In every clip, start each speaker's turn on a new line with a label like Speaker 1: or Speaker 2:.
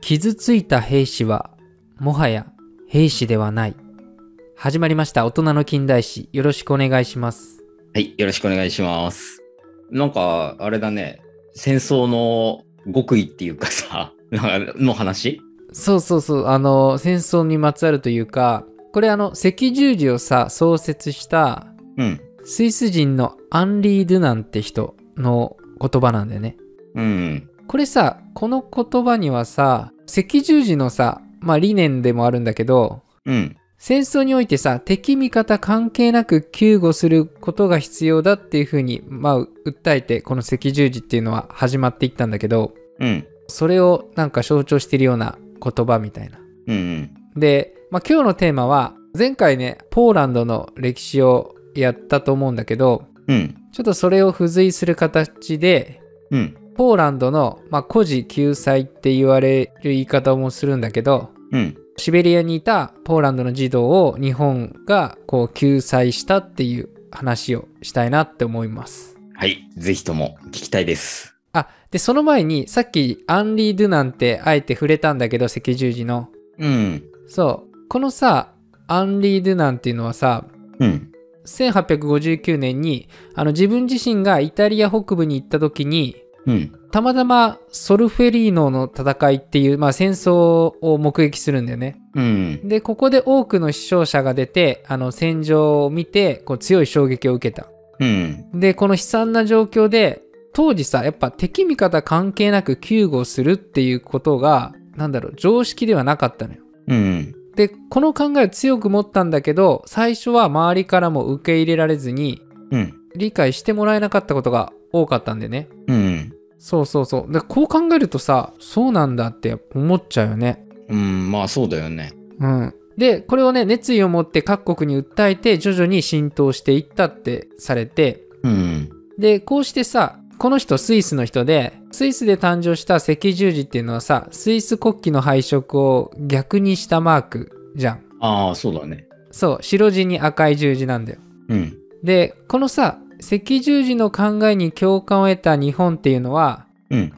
Speaker 1: 傷ついた兵士はもはや兵士ではない始まりました大人の近代史よろしくお願いします
Speaker 2: はい、よろしくお願いします。なんか、あれだね、戦争の極意っていうかさ、なんかの話
Speaker 1: そうそうそうあの戦争にまつわるというかこれあの赤十字をさ創設した
Speaker 2: うん。
Speaker 1: スイス人のアンリー・ドゥナンって人の言葉なんだよね
Speaker 2: うん。
Speaker 1: これさこの言葉にはさ赤十字のさまあ理念でもあるんだけど
Speaker 2: うん。
Speaker 1: 戦争においてさ敵味方関係なく救護することが必要だっていうふうに、まあ、訴えてこの赤十字っていうのは始まっていったんだけど
Speaker 2: うん。
Speaker 1: それをなんか象徴してるような言葉みたいな。
Speaker 2: うん。
Speaker 1: で、まあ、今日のテーマは前回ねポーランドの歴史をやったと思うんだけど
Speaker 2: うん。
Speaker 1: ちょっとそれを付随する形で
Speaker 2: うん。
Speaker 1: ポーランドの、まあ、孤児救済って言われる言い方もするんだけど
Speaker 2: うん。
Speaker 1: シベリアにいたポーランドの児童を日本がこう救済したっていう話をしたいなって思います。
Speaker 2: はい、ぜひとも聞きたいです。
Speaker 1: あ、で、その前にさっきアンリー・ドゥなんてあえて触れたんだけど、赤十字の。
Speaker 2: うん。
Speaker 1: そう。このさ、アンリー・ドゥなんていうのはさ、
Speaker 2: うん。
Speaker 1: 1859年にあの自分自身がイタリア北部に行った時に、
Speaker 2: うん。
Speaker 1: たまたまソルフェリーノの戦いっていう、まあ、戦争を目撃するんだよね。
Speaker 2: うん。
Speaker 1: でここで多くの死傷者が出てあの戦場を見てこう強い衝撃を受けた
Speaker 2: うん。
Speaker 1: でこの悲惨な状況で当時さやっぱ敵味方関係なく救護するっていうことがなんだろう常識ではなかったのよ
Speaker 2: うん。
Speaker 1: でこの考えを強く持ったんだけど最初は周りからも受け入れられずに
Speaker 2: うん。
Speaker 1: 理解してもらえなかったことが多かったんでね
Speaker 2: うん。
Speaker 1: そうそうそうでこう考えるとさそうなんだって思っちゃうよね
Speaker 2: うん。まあ、そうだよね。
Speaker 1: うん、でこれをね熱意を持って各国に訴えて徐々に浸透していったってされて
Speaker 2: うん。
Speaker 1: でこうしてさこの人スイスの人でスイスで誕生した赤十字っていうのはさスイス国旗の配色を逆にしたマークじゃん
Speaker 2: ああ、そうだね。
Speaker 1: そう白地に赤い十字なんだよ
Speaker 2: うん。
Speaker 1: でこのさ赤十字の考えに共感を得た日本っていうのは
Speaker 2: うん。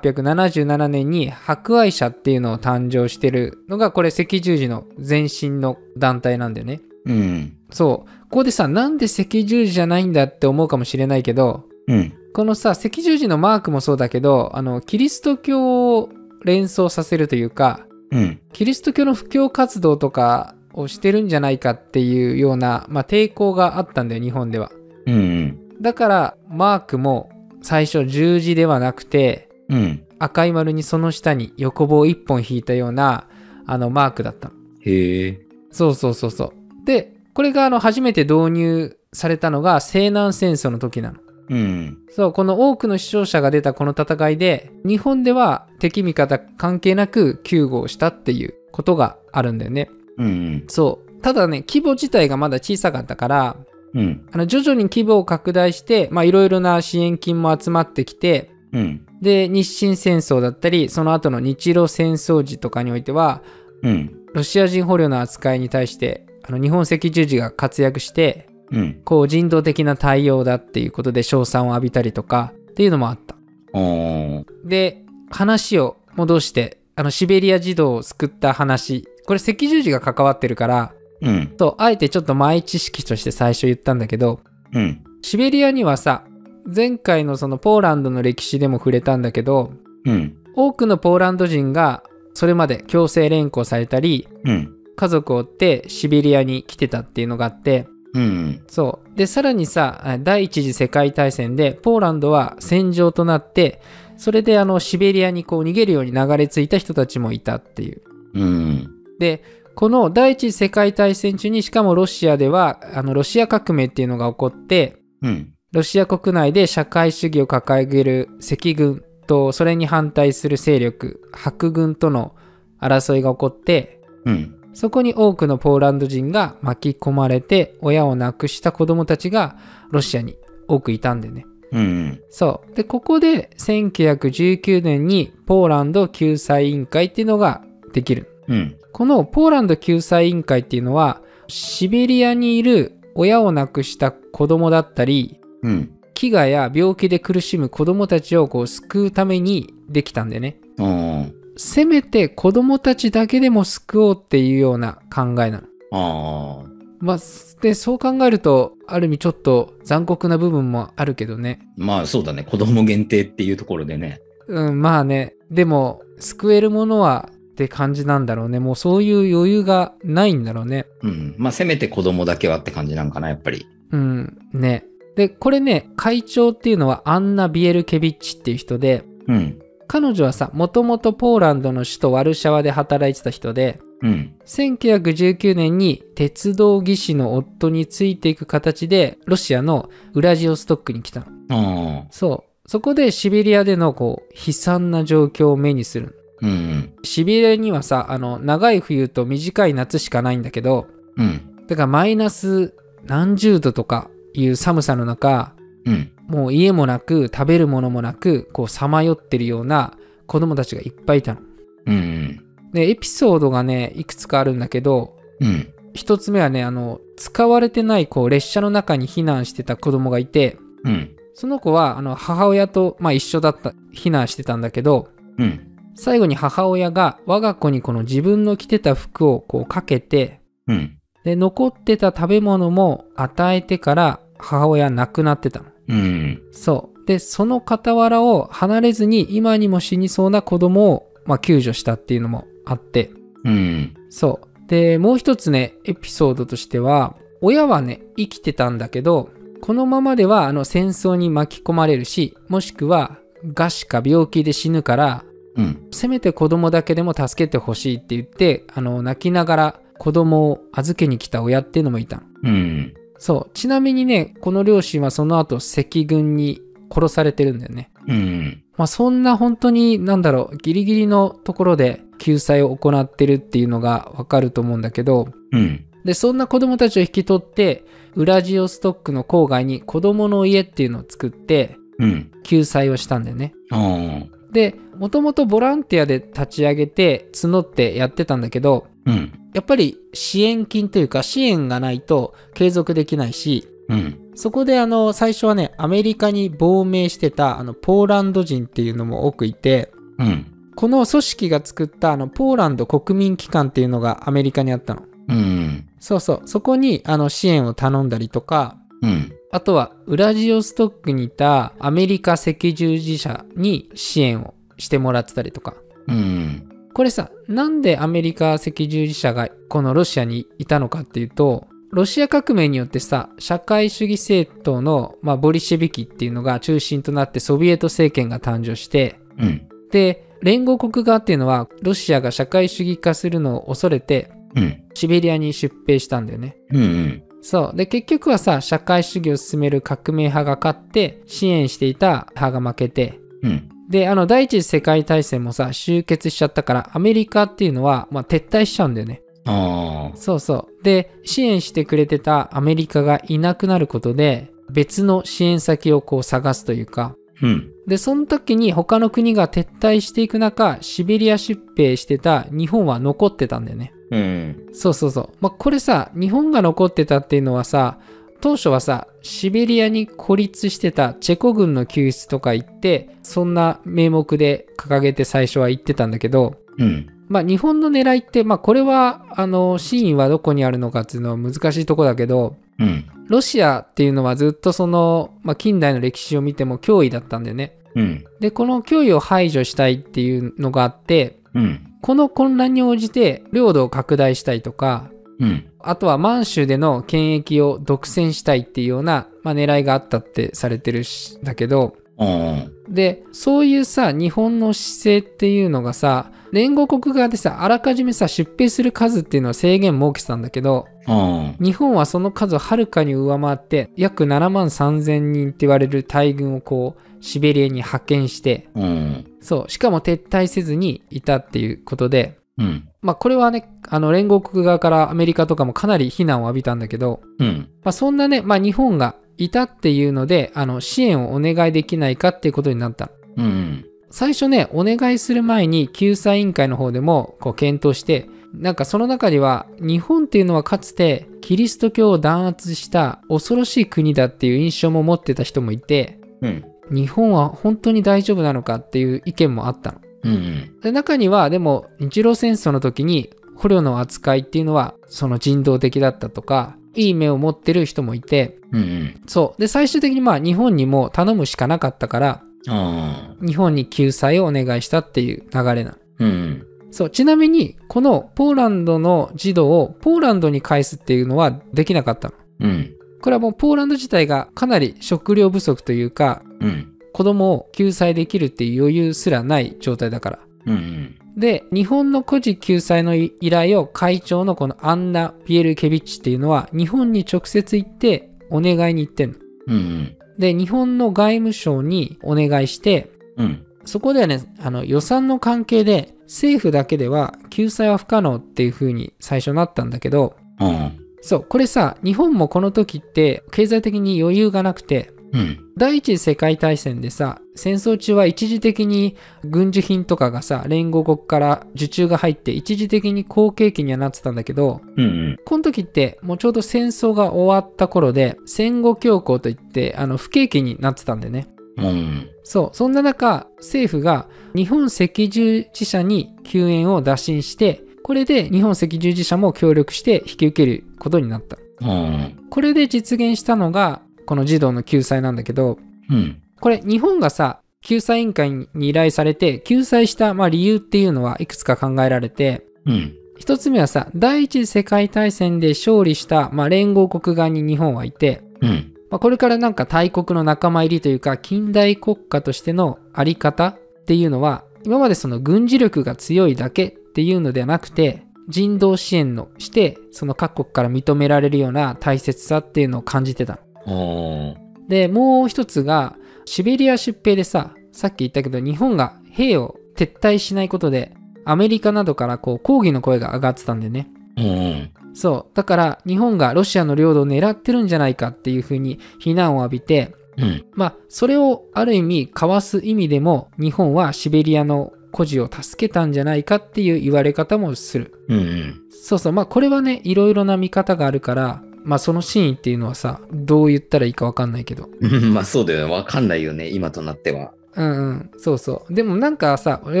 Speaker 1: 1877年に博愛社っていうのを誕生してるのがこれ赤十字の前身の団体なんだよね
Speaker 2: うん。
Speaker 1: そうここでさなんで赤十字じゃないんだって思うかもしれないけど
Speaker 2: うん。
Speaker 1: このさ赤十字のマークもそうだけどあのキリスト教を連想させるというか
Speaker 2: うん。
Speaker 1: キリスト教の布教活動とかをしてるんじゃないかっていうような、まあ、抵抗があったんだよ日本では
Speaker 2: うん。
Speaker 1: だからマークも最初十字ではなくて
Speaker 2: うん。
Speaker 1: 赤い丸にその下に横棒1本引いたようなあのマークだったの
Speaker 2: へえ。
Speaker 1: そうそうそうそう。で、これがあの初めて導入されたのが西南戦争の時なの。
Speaker 2: うん。
Speaker 1: そう、この多くの死傷者が出たこの戦いで、日本では敵味方関係なく救護をしたっていうことがあるんだよね。
Speaker 2: うん。
Speaker 1: そう。ただね、規模自体がまだ小さかったから、
Speaker 2: うん。
Speaker 1: あの徐々に規模を拡大して、まあいろいろな支援金も集まってきて、
Speaker 2: うん。
Speaker 1: で、日清戦争だったり、その後の日露戦争時とかにおいては、
Speaker 2: うん。
Speaker 1: ロシア人捕虜の扱いに対してあの日本赤十字が活躍して
Speaker 2: うん。
Speaker 1: こう人道的な対応だっていうことで称賛を浴びたりとかっていうのもあった
Speaker 2: あー
Speaker 1: で話を戻してあのシベリア児童を救った話これ赤十字が関わってるから
Speaker 2: うん。
Speaker 1: そうあえてちょっと前知識として最初言ったんだけど
Speaker 2: うん。
Speaker 1: シベリアにはさ前回のそのポーランドの歴史でも触れたんだけど
Speaker 2: うん。
Speaker 1: 多くのポーランド人がそれまで強制連行されたり
Speaker 2: うん。
Speaker 1: 家族を追ってシベリアに来てたっていうのがあって
Speaker 2: うん。
Speaker 1: そうでさらにさ第一次世界大戦でポーランドは戦場となってそれであのシベリアにこう逃げるように流れ着いた人たちもいたっていう
Speaker 2: うん。
Speaker 1: でこの第一次世界大戦中にしかもロシアではあのロシア革命っていうのが起こって
Speaker 2: うん。
Speaker 1: ロシア国内で社会主義を掲げる赤軍とそれに反対する勢力白軍との争いが起こって
Speaker 2: うん。
Speaker 1: そこに多くのポーランド人が巻き込まれて親を亡くした子供たちがロシアに多くいたんでね。
Speaker 2: うん。
Speaker 1: そう。で、ここで1919年にポーランド救済委員会っていうのができる。
Speaker 2: うん。
Speaker 1: このポーランド救済委員会っていうのはシベリアにいる親を亡くした子供だったり
Speaker 2: うん。
Speaker 1: 飢餓や病気で苦しむ子供たちをこう救うためにできたんでね。
Speaker 2: あー
Speaker 1: せめて子供たちだけでも救おうっていうような考えなの。
Speaker 2: ああ。
Speaker 1: まあ、でそう考えるとある意味ちょっと残酷な部分もあるけどね。
Speaker 2: まあそうだね。子供限定っていうところでね。
Speaker 1: うん、まあねでも救えるものはって感じなんだろうねもうそういう余裕がないんだろうね。
Speaker 2: うん。まあせめて子供だけはって感じなんかな、やっぱり。
Speaker 1: うんね。でこれね会長っていうのはアンナ・ビエルケビッチっていう人で
Speaker 2: うん。
Speaker 1: 彼女はさもともとポーランドの首都ワルシャワで働いてた人で
Speaker 2: うん。
Speaker 1: 1919年に鉄道技師の夫についていく形でロシアのウラジオストックに来たの
Speaker 2: ああ。
Speaker 1: そうそこでシベリアでのこう悲惨な状況を目にする
Speaker 2: うん
Speaker 1: シベリアにはさあの長い冬と短い夏しかないんだけど
Speaker 2: うん。うん。
Speaker 1: だからマイナス何十度とかいう寒さの中
Speaker 2: うん。
Speaker 1: もう家もなく食べるものもなくこうさまよってるような子供たちがいっぱいいたの
Speaker 2: うん。
Speaker 1: でエピソードがねいくつかあるんだけど
Speaker 2: うん。
Speaker 1: 一つ目はねあの使われてないこう列車の中に避難してた子供がいて
Speaker 2: うん。
Speaker 1: その子はあの母親と、まあ、一緒だった避難してたんだけど
Speaker 2: うん。
Speaker 1: 最後に母親が我が子にこの自分の着てた服をこうかけて
Speaker 2: うん。
Speaker 1: で残ってた食べ物も与えてから母親は亡くなってたの
Speaker 2: うん。
Speaker 1: そうでその傍らを離れずに今にも死にそうな子供を、まあ、救助したっていうのもあって
Speaker 2: うん。
Speaker 1: そう。で、もう一つね、エピソードとしては、親はね、生きてたんだけど、このままではあの戦争に巻き込まれるし、もしくは餓死か病気で死ぬから、
Speaker 2: うん。
Speaker 1: せめて子供だけでも助けてほしいって言って、あの泣きながら子供を預けに来た親っていうのもいたの。
Speaker 2: うん。
Speaker 1: そう。ちなみにね、この両親はその後赤軍に殺されてるんだよね。
Speaker 2: うん。
Speaker 1: まあ、そんな本当に何だろうギリギリのところで救済を行ってるっていうのがわかると思うんだけど
Speaker 2: うん。
Speaker 1: でそんな子供たちを引き取ってウラジオストックの郊外に子供の家っていうのを作って
Speaker 2: うん。
Speaker 1: 救済をしたんだよね
Speaker 2: ああ。
Speaker 1: でもともとボランティアで立ち上げて募ってやってたんだけど
Speaker 2: うん。
Speaker 1: やっぱり支援金というか支援がないと継続できないし
Speaker 2: うん。
Speaker 1: そこであの最初はねアメリカに亡命してたあのポーランド人っていうのも多くいて
Speaker 2: うん。
Speaker 1: この組織が作ったあのポーランド国民機関っていうのがアメリカにあったの。
Speaker 2: うん。
Speaker 1: そうそう、そこにあの支援を頼んだりとか、
Speaker 2: うん。
Speaker 1: あとはウラジオストックにいたアメリカ赤十字社に支援をしてもらってたりとか。
Speaker 2: うん。
Speaker 1: これさ、なんでアメリカ赤十字社がこのロシアにいたのかっていうと、ロシア革命によってさ、社会主義政党の、まあ、ボリシェビキっていうのが中心となってソビエト政権が誕生して、
Speaker 2: うん。
Speaker 1: で連合国側っていうのはロシアが社会主義化するのを恐れて
Speaker 2: うん。
Speaker 1: シベリアに出兵したんだよね
Speaker 2: うん。
Speaker 1: そうで結局はさ社会主義を進める革命派が勝って支援していた派が負けて
Speaker 2: うん。
Speaker 1: であの第一次世界大戦もさ終結しちゃったからアメリカっていうのは、まあ、撤退しちゃうんだよね
Speaker 2: ああ。
Speaker 1: そうそうで支援してくれてたアメリカがいなくなることで別の支援先をこう探すというか
Speaker 2: うん。
Speaker 1: で、その時に他の国が撤退していく中、シベリア出兵してた日本は残ってたんだよね。
Speaker 2: うん。
Speaker 1: そうそうそう。まあ、これさ、日本が残ってたっていうのはさ、当初はさ、シベリアに孤立してたチェコ軍の救出とか言って、そんな名目で掲げて最初は言ってたんだけど、
Speaker 2: うん。
Speaker 1: まあ、日本の狙いって、まあ、これは、あの、真意はどこにあるのかっていうのは難しいとこだけど、
Speaker 2: うん。
Speaker 1: ロシアっていうのはずっとその、まあ、近代の歴史を見ても脅威だったんだよね。
Speaker 2: うん。
Speaker 1: でこの脅威を排除したいっていうのがあって
Speaker 2: うん。
Speaker 1: この混乱に応じて領土を拡大したいとか
Speaker 2: うん。
Speaker 1: あとは満州での権益を独占したいっていうような、まあ、狙いがあったってされてるしだけど
Speaker 2: ああ。
Speaker 1: でそういうさ日本の姿勢っていうのがさ連合国側でさあらかじめさ出兵する数っていうのを制限設けてたんだけど
Speaker 2: ああ。
Speaker 1: 日本はその数をはるかに上回って約7万3,000人って言われる大軍をこうシベリアに派遣して
Speaker 2: うん。
Speaker 1: そう、しかも撤退せずにいたっていうことで、
Speaker 2: うん。
Speaker 1: まあこれはね、あの連合国側からアメリカとかもかなり非難を浴びたんだけど、
Speaker 2: うん。
Speaker 1: まあそんなね、まあ日本がいたっていうので、あの支援をお願いできないかっていうことになった。
Speaker 2: うん。
Speaker 1: 最初ね、お願いする前に救済委員会の方でもこう検討して、なんかその中には日本っていうのはかつてキリスト教を弾圧した恐ろしい国だっていう印象も持ってた人もいて、
Speaker 2: うん。
Speaker 1: 日本は本当に大丈夫なのかっていう意見もあったの。
Speaker 2: うんうん。
Speaker 1: で中にはでも日露戦争の時に捕虜の扱いっていうのはその人道的だったとかいい目を持ってる人もいて
Speaker 2: うんうん。
Speaker 1: そうで最終的にまあ日本にも頼むしかなかったから
Speaker 2: ああ。
Speaker 1: 日本に救済をお願いしたっていう流れな
Speaker 2: うんうん。
Speaker 1: そうちなみにこのポーランドの児童をポーランドに返すっていうのはできなかったの
Speaker 2: うん。
Speaker 1: これはもうポーランド自体がかなり食料不足というか
Speaker 2: うん。
Speaker 1: 子供を救済できるっていう余裕すらない状態だから
Speaker 2: うんうん。
Speaker 1: で日本の孤児救済の依頼を会長のこのアンナ・ピエルケビッチっていうのは日本に直接行ってお願いに行ってんの。
Speaker 2: うん
Speaker 1: で日本の外務省にお願いして
Speaker 2: うん。うん。
Speaker 1: そこではねあの予算の関係で政府だけでは救済は不可能っていう風に最初なったんだけど
Speaker 2: ああ。
Speaker 1: そうこれさ日本もこの時って経済的に余裕がなくて
Speaker 2: うん。
Speaker 1: 第一次世界大戦でさ戦争中は一時的に軍需品とかがさ連合国から受注が入って一時的に好景気にはなってたんだけど
Speaker 2: うんうん。
Speaker 1: この時ってもうちょうど戦争が終わった頃で戦後恐慌といってあの不景気になってたんだよね
Speaker 2: うん。
Speaker 1: そうそんな中政府が日本赤十字社に救援を打診してこれで日本赤十字社も協力して引き受けることになった
Speaker 2: うん。
Speaker 1: これで実現したのがこの児童の救済なんだけど
Speaker 2: うん。
Speaker 1: これ日本がさ救済委員会に依頼されて救済した、まあ、理由っていうのはいくつか考えられて
Speaker 2: うん。
Speaker 1: 一つ目はさ第一次世界大戦で勝利した、まあ、連合国側に日本はいて、
Speaker 2: うん。
Speaker 1: まあ、これからなんか大国の仲間入りというか近代国家としてのあり方っていうのは今までその軍事力が強いだけっていうのではなくて人道支援のしてその各国から認められるような大切さっていうのを感じてたの
Speaker 2: ああ。
Speaker 1: でもう一つがシベリア出兵でささっき言ったけど日本が兵を撤退しないことでアメリカなどからこう抗議の声が上がってたんでね
Speaker 2: うん。
Speaker 1: そうだから日本がロシアの領土を狙ってるんじゃないかっていうふうに非難を浴びて
Speaker 2: うん。
Speaker 1: まあそれをある意味かわす意味でも日本はシベリアの孤児を助けたんじゃないかっていう言われ方もする
Speaker 2: うんうん。
Speaker 1: そうそうまあこれはねいろいろな見方があるからまあその真意っていうのはさどう言ったらいいかわかんないけど
Speaker 2: うん。まあそうだよね。わかんないよね。今となっては。
Speaker 1: うんうん、そうそう。でもなんかさ、俺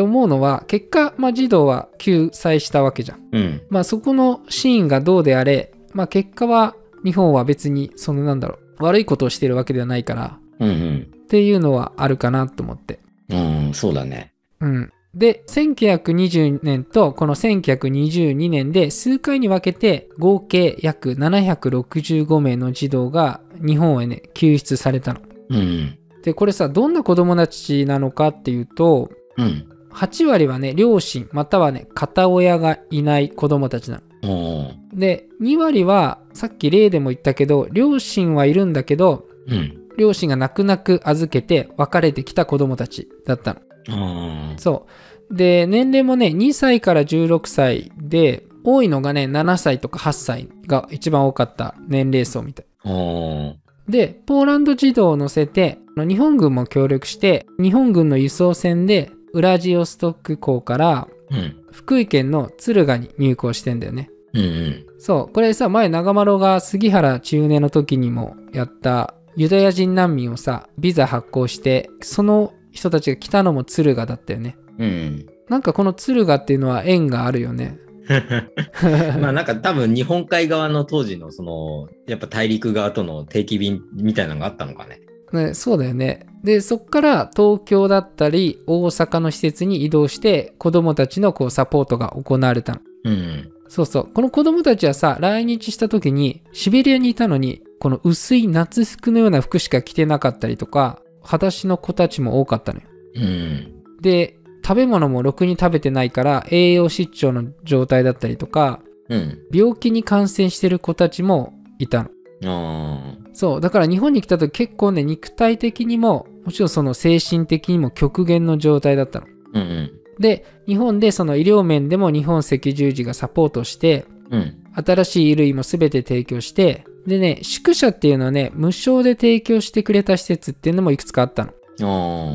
Speaker 1: 思うのは、結果、まあ、児童は救済したわけじゃん。
Speaker 2: うん。
Speaker 1: まあ、そこのシーンがどうであれ、まあ、結果は、日本は別に、そのなんだろう、悪いことをしてるわけではないから、
Speaker 2: うん
Speaker 1: っていうのはあるかなと思って。
Speaker 2: うん。うん。そうだね。
Speaker 1: うん。で、1920年とこの1922年で数回に分けて合計約765名の児童が日本へね、救出されたの。
Speaker 2: うん。
Speaker 1: で、これさ、どんな子供たちなのかっていうと、
Speaker 2: うん。
Speaker 1: 8割はね両親またはね片親がいない子供たちなの。
Speaker 2: うん。
Speaker 1: で2割はさっき例でも言ったけど両親はいるんだけど
Speaker 2: うん。
Speaker 1: 両親が泣く泣く預けて別れてきた子供たちだったの。
Speaker 2: うん。
Speaker 1: そうで年齢もね2歳から16歳で多いのがね7歳とか8歳が一番多かった年齢層みたい。
Speaker 2: うん。
Speaker 1: でポーランド児童を乗せてあの日本軍も協力して日本軍の輸送船でウラジオストック港から
Speaker 2: うん。
Speaker 1: 福井県の敦賀に入港してんだよね。
Speaker 2: うん。
Speaker 1: そう、これさ、前長丸が杉原中根の時にもやったユダヤ人難民をさ、ビザ発行して、その人たちが来たのも敦賀だったよね。
Speaker 2: うん。
Speaker 1: なんかこの敦賀っていうのは縁があるよね。
Speaker 2: まあなんか多分日本海側の当時のそのやっぱ大陸側との定期便みたいなのがあったのかね。
Speaker 1: ね、そうだよね。で、そっから東京だったり大阪の施設に移動して子供たちのこうサポートが行われたの。
Speaker 2: うん。
Speaker 1: そうそう。この子供たちはさ、来日した時に、シベリアにいたのに、この薄い夏服のような服しか着てなかったりとか、裸足の子たちも多かったのよ。
Speaker 2: うん。
Speaker 1: で、食べ物もろくに食べてないから、栄養失調の状態だったりとか、
Speaker 2: うん。
Speaker 1: 病気に感染してる子たちもいたの。
Speaker 2: あ
Speaker 1: そう。だから日本に来た時結構ね、肉体的にも、もちろんその精神的にも極限の状態だったの。
Speaker 2: あ。うん
Speaker 1: で、日本でその医療面でも日本赤十字がサポートして、
Speaker 2: うん。うん。
Speaker 1: 新しい衣類も全て提供してでね宿舎っていうのはね無償で提供してくれた施設っていうのもいくつかあったの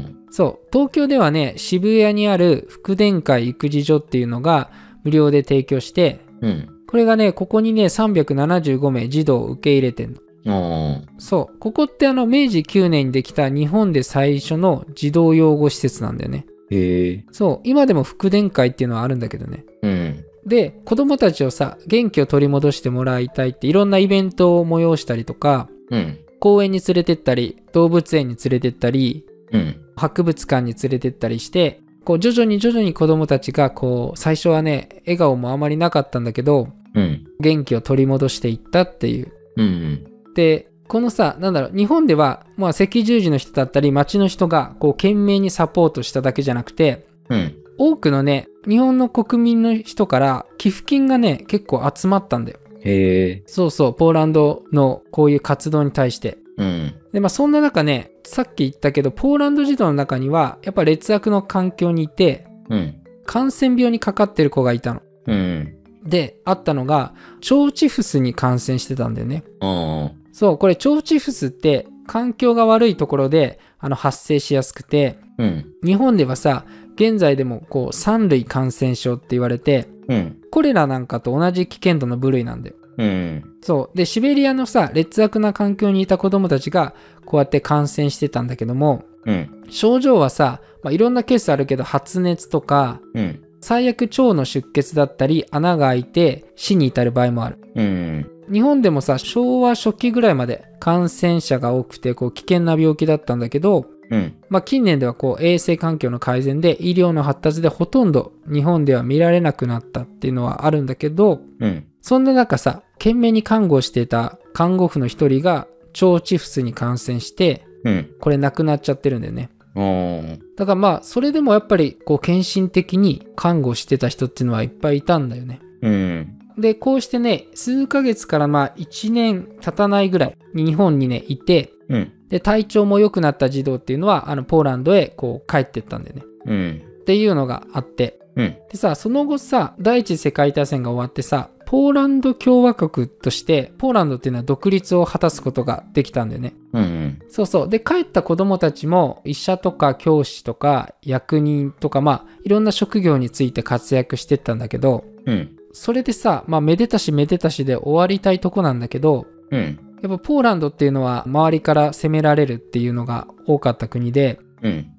Speaker 2: あ
Speaker 1: そう東京ではね渋谷にある福田会育児所っていうのが無料で提供して
Speaker 2: あ。うん。
Speaker 1: これがねここにね375名児童を受け入れてんの
Speaker 2: あ
Speaker 1: そうここってあの明治9年にできた日本で最初の児童養護施設なんだよね
Speaker 2: あ。へえ。
Speaker 1: そう今でも副殿会っていうのはあるんだけどね
Speaker 2: うん。
Speaker 1: で子供たちをさ元気を取り戻してもらいたいっていろんなイベントを催したりとか
Speaker 2: うん。
Speaker 1: 公園に連れてったり動物園に連れてったり
Speaker 2: うん。
Speaker 1: 博物館に連れてったりしてこう徐々に徐々に子供たちがこう最初はね笑顔もあまりなかったんだけど
Speaker 2: うん。
Speaker 1: 元気を取り戻していったっていう。
Speaker 2: うん。
Speaker 1: でこのさなんだろう日本では、まあ、赤十字の人だったり町の人がこう懸命にサポートしただけじゃなくて
Speaker 2: うん。
Speaker 1: 多くのね日本の国民の人から寄付金がね結構集まったんだよ。
Speaker 2: へえ。
Speaker 1: そうそうポーランドのこういう活動に対して。
Speaker 2: うん。
Speaker 1: でまあそんな中ねさっき言ったけどポーランド児童の中にはやっぱ劣悪の環境にいて
Speaker 2: うん。
Speaker 1: 感染病にかかってる子がいたの。
Speaker 2: うん。
Speaker 1: であったのが腸チフスに感染してたんだよね。
Speaker 2: ああ。
Speaker 1: そうこれ腸チフスって環境が悪いところであの発生しやすくて
Speaker 2: うん。
Speaker 1: 日本ではさ現在でもこう三類感染症って言われて
Speaker 2: うん。
Speaker 1: コレラなんかと同じ危険度の部類なんだよ。
Speaker 2: うん。
Speaker 1: そうでシベリアのさ劣悪な環境にいた子供たちがこうやって感染してたんだけども
Speaker 2: うん。
Speaker 1: 症状はさ、まあ、いろんなケースあるけど発熱とか
Speaker 2: うん。
Speaker 1: 最悪腸の出血だったり穴が開いて死に至る場合もある
Speaker 2: うん。
Speaker 1: 日本でもさ昭和初期ぐらいまで感染者が多くてこう危険な病気だったんだけど、
Speaker 2: うん。
Speaker 1: まあ、近年ではこう衛生環境の改善で医療の発達でほとんど日本では見られなくなったっていうのはあるんだけど
Speaker 2: うん。
Speaker 1: そんな中さ懸命に看護をしていた看護婦の一人が腸チフスに感染して
Speaker 2: うん。
Speaker 1: これ亡くなっちゃってるんだよね
Speaker 2: ああ。
Speaker 1: だからまあそれでもやっぱりこう献身的に看護してた人っていうのはいっぱいいたんだよね
Speaker 2: うん。
Speaker 1: でこうしてね数ヶ月からまあ1年経たないぐらいに日本にねいて
Speaker 2: うん。
Speaker 1: で体調も良くなった児童っていうのはあのポーランドへこう帰ってったんだよね
Speaker 2: うん。
Speaker 1: っていうのがあって
Speaker 2: うん。
Speaker 1: でさその後さ第一次世界大戦が終わってさポーランド共和国としてポーランドっていうのは独立を果たすことができたんだよね
Speaker 2: うん。
Speaker 1: そうそうで帰った子供たちも医者とか教師とか役人とかまあいろんな職業について活躍してったんだけど
Speaker 2: うん。
Speaker 1: それでさまあめでたしめでたしで終わりたいとこなんだけど
Speaker 2: うん。
Speaker 1: やっぱポーランドっていうのは周りから責められるっていうのが多かった国で
Speaker 2: うん。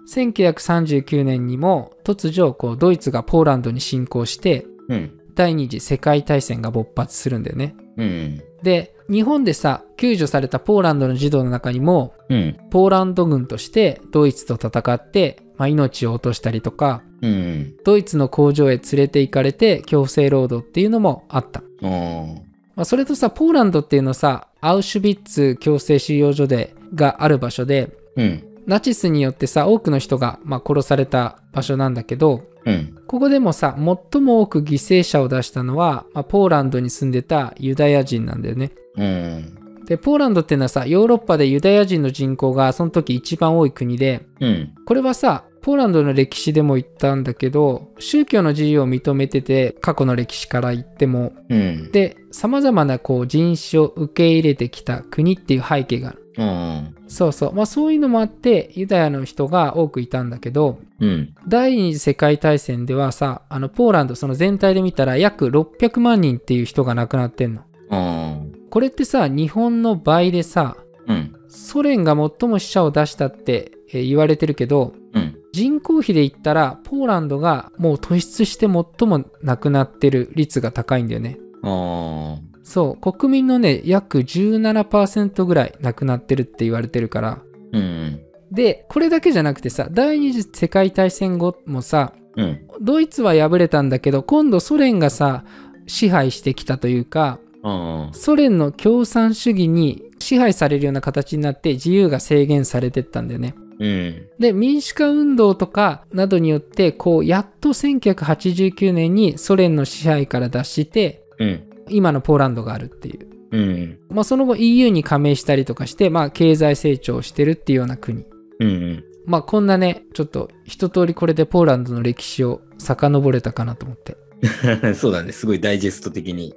Speaker 1: 1939年にも突如こうドイツがポーランドに侵攻して
Speaker 2: うん。
Speaker 1: 第二次世界大戦が勃発するんだよね。
Speaker 2: うん。
Speaker 1: で日本でさ救助されたポーランドの児童の中にも
Speaker 2: うん。
Speaker 1: ポーランド軍としてドイツと戦って、まあ、命を落としたりとか
Speaker 2: うん。
Speaker 1: ドイツの工場へ連れて行かれて強制労働っていうのもあった、
Speaker 2: ああ。
Speaker 1: まあ、それとさポーランドっていうのさアウシュビッツ強制収容所でがある場所で
Speaker 2: うん。
Speaker 1: ナチスによってさ多くの人が、まあ、殺された場所なんだけど
Speaker 2: うん。
Speaker 1: ここでもさ最も多く犠牲者を出したのは、まあ、ポーランドに住んでたユダヤ人なんだよね
Speaker 2: うん。
Speaker 1: でポーランドっていうのはさヨーロッパでユダヤ人の人口がその時一番多い国で
Speaker 2: うん。
Speaker 1: これはさポーランドの歴史でも言ったんだけど宗教の自由を認めてて過去の歴史から言っても
Speaker 2: うん。
Speaker 1: でさまざまなこう人種を受け入れてきた国っていう背景がある
Speaker 2: ああ。
Speaker 1: そうそうまあそういうのもあってユダヤの人が多くいたんだけど
Speaker 2: うん。
Speaker 1: 第二次世界大戦ではさあのポーランドその全体で見たら約600万人っていう人が亡くなってんの
Speaker 2: あ
Speaker 1: これってさ日本の倍でさ
Speaker 2: あ。うん。
Speaker 1: ソ連が最も死者を出したってえー言われてるけど
Speaker 2: うん。
Speaker 1: 人口比で言ったらポーランドがもう突出して最も亡くなってる率が高いんだよね
Speaker 2: ああ。
Speaker 1: そう国民のね約17%ぐらい亡くなってるって言われてるから
Speaker 2: うん。
Speaker 1: でこれだけじゃなくてさ第二次世界大戦後もさ
Speaker 2: うん。
Speaker 1: ドイツは敗れたんだけど今度ソ連がさ支配してきたというか
Speaker 2: ああ。
Speaker 1: ソ連の共産主義に支配されるような形になって自由が制限されてったんだよね
Speaker 2: うん。
Speaker 1: で民主化運動とかなどによってこうやっと1989年にソ連の支配から脱して
Speaker 2: うん。
Speaker 1: 今のポーランドがあるっていう、
Speaker 2: うん。
Speaker 1: まあ、その後 EU に加盟したりとかして、まあ、経済成長してるっていうような国
Speaker 2: うん。
Speaker 1: まあこんなねちょっと一通りこれでポーランドの歴史を遡れたかなと思って
Speaker 2: そうだね。すごいダイジェスト的に。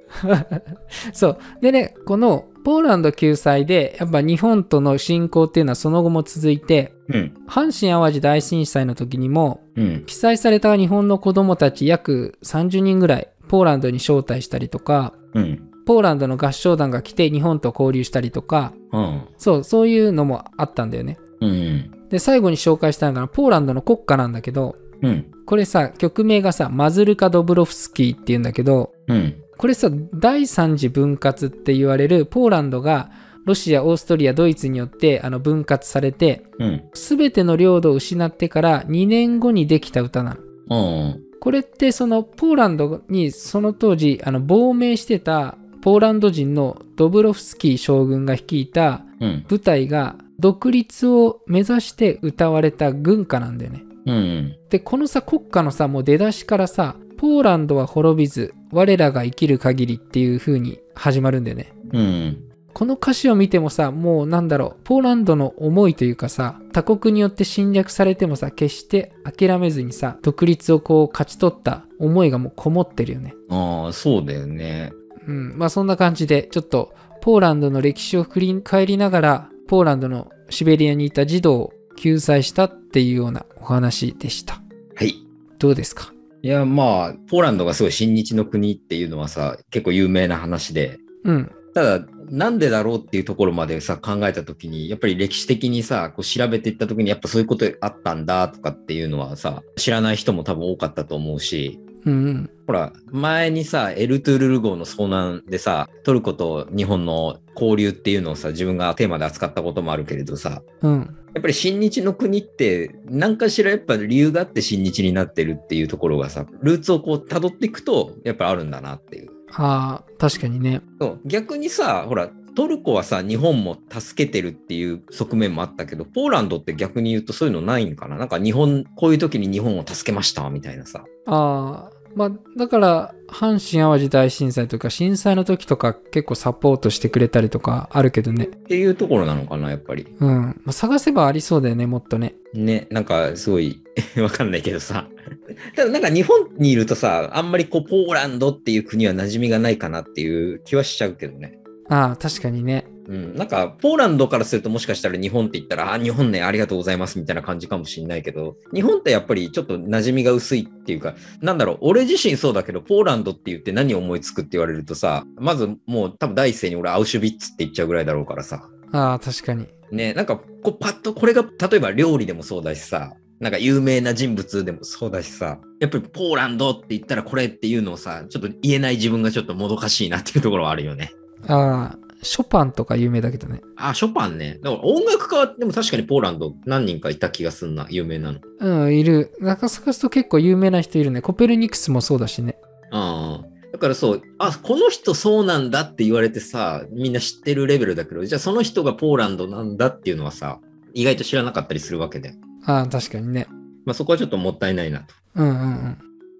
Speaker 1: そうでねこのポーランド救済でやっぱ日本との侵攻っていうのはその後も続いて
Speaker 2: うん。
Speaker 1: 阪神・淡路大震災の時にも
Speaker 2: うん。
Speaker 1: 被災された日本の子どもたち約30人ぐらいポーランドに招待したりとか
Speaker 2: うん。
Speaker 1: ポーランドの合唱団が来て日本と交流したりとか
Speaker 2: ああ。
Speaker 1: そうそういうのもあったんだよね
Speaker 2: うん。
Speaker 1: で最後に紹介したのがポーランドの国歌なんだけど
Speaker 2: うん。
Speaker 1: これさ曲名がさマズルカ・ドブロフスキーっていうんだけど
Speaker 2: うん。
Speaker 1: これさ第三次分割って言われるポーランドがロシアオーストリアドイツによってあの分割されて
Speaker 2: うん。
Speaker 1: 全ての領土を失ってから2年後にできた歌なの。
Speaker 2: うん。
Speaker 1: これってそのポーランドにその当時あの亡命してたポーランド人のドブロフスキー将軍が率いた
Speaker 2: うん。
Speaker 1: 部隊が独立を目指して歌われた軍歌なんだよね。
Speaker 2: うん。
Speaker 1: でこのさ国家のさもう出だしからさポーランドは滅びず我らが生きる限りっていう風に始まるんだよね。
Speaker 2: うん。
Speaker 1: この歌詞を見てもさもうなんだろうポーランドの思いというかさ他国によって侵略されてもさ決して諦めずにさ独立をこう勝ち取った思いがもうこもってるよね
Speaker 2: ああ、そうだよね。
Speaker 1: うんまあそんな感じでちょっとポーランドの歴史を振り返りながらポーランドのシベリアにいた児童を救済したっていうようなお話でした
Speaker 2: はい。
Speaker 1: どうですか
Speaker 2: いや、まあ、ポーランドがすごい親日の国っていうのはさ、結構有名な話で、
Speaker 1: うん
Speaker 2: ただ、なんでだろうっていうところまでさ、考えたときに、やっぱり歴史的にさ、こう調べていったときに、やっぱそういうことあったんだとかっていうのはさ、知らない人も多分多かったと思うし、
Speaker 1: うんうん
Speaker 2: ほら、前にさ、エルトゥールル号の遭難でさ、トルコと日本の交流っていうのをさ、自分がテーマで扱ったこともあるけれどさ、
Speaker 1: うん
Speaker 2: やっぱり親日の国って、何かしらやっぱ理由があって親日になってるっていうところがさ、ルーツをこう辿っていくと、やっぱあるんだなっていう。
Speaker 1: あー確かにね
Speaker 2: そう逆にさ、ほら、トルコはさ、日本も助けてるっていう側面もあったけど、ポーランドって逆に言うとそういうのないんかななんか日本、こういう時に日本を助けましたみたいなさ。
Speaker 1: ああまあだから阪神・淡路大震災とか震災の時とか結構サポートしてくれたりとかあるけどね
Speaker 2: っていうところなのかな、やっぱり。
Speaker 1: うん、まあ、探せばありそうだよねもっとね
Speaker 2: ね、なんかすごい わかんないけどさ。 ただなんか日本にいるとさ、あんまりこうポーランドっていう国は馴染みがないかなっていう気はしちゃうけどね。
Speaker 1: ああ確かにね
Speaker 2: うん、なんかポーランドからするともしかしたら日本って言ったら、あ、日本ね、ありがとうございますみたいな感じかもしれないけど、日本ってやっぱりちょっと馴染みが薄いっていうか、なんだろう、俺自身そうだけど、ポーランドって言って何思いつくって言われるとさ、まずもう多分第一声に俺アウシュビッツって言っちゃうぐらいだろうからさ。
Speaker 1: ああ確かに
Speaker 2: ね、なんかこうパッとこれが例えば料理でもそうだしさなんか有名な人物でもそうだしさやっぱりポーランドって言ったらこれっていうのをさちょっと言えない自分がちょっともどかしいなっていうところはあるよね。
Speaker 1: ああショパンとか有名だけどね
Speaker 2: あショパンね。だから音楽家はでも確かにポーランド何人かいた気がすんな有名なの。
Speaker 1: うんいる中探すと結構有名な人いるねコペルニクスもそうだしね
Speaker 2: ああだからそうあこの人そうなんだって言われてさみんな知ってるレベルだけどじゃあその人がポーランドなんだっていうのはさ意外と知らなかったりするわけで、
Speaker 1: ああ確かにね
Speaker 2: まあ、そこはちょっともったいないなと。
Speaker 1: うんうんうん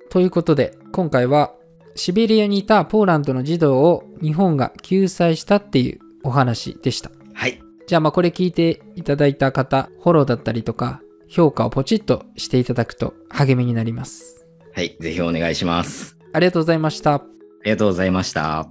Speaker 1: ということで今回はシベリアにいたポーランドの児童を日本が救済したっていうお話でした
Speaker 2: はい
Speaker 1: じゃあまあこれ聞いていただいた方、フォローだったりとか、評価をポチッとしていただくと励みになります。
Speaker 2: はい、ぜひお願いします。
Speaker 1: ありがとうございました。
Speaker 2: ありがとうございました。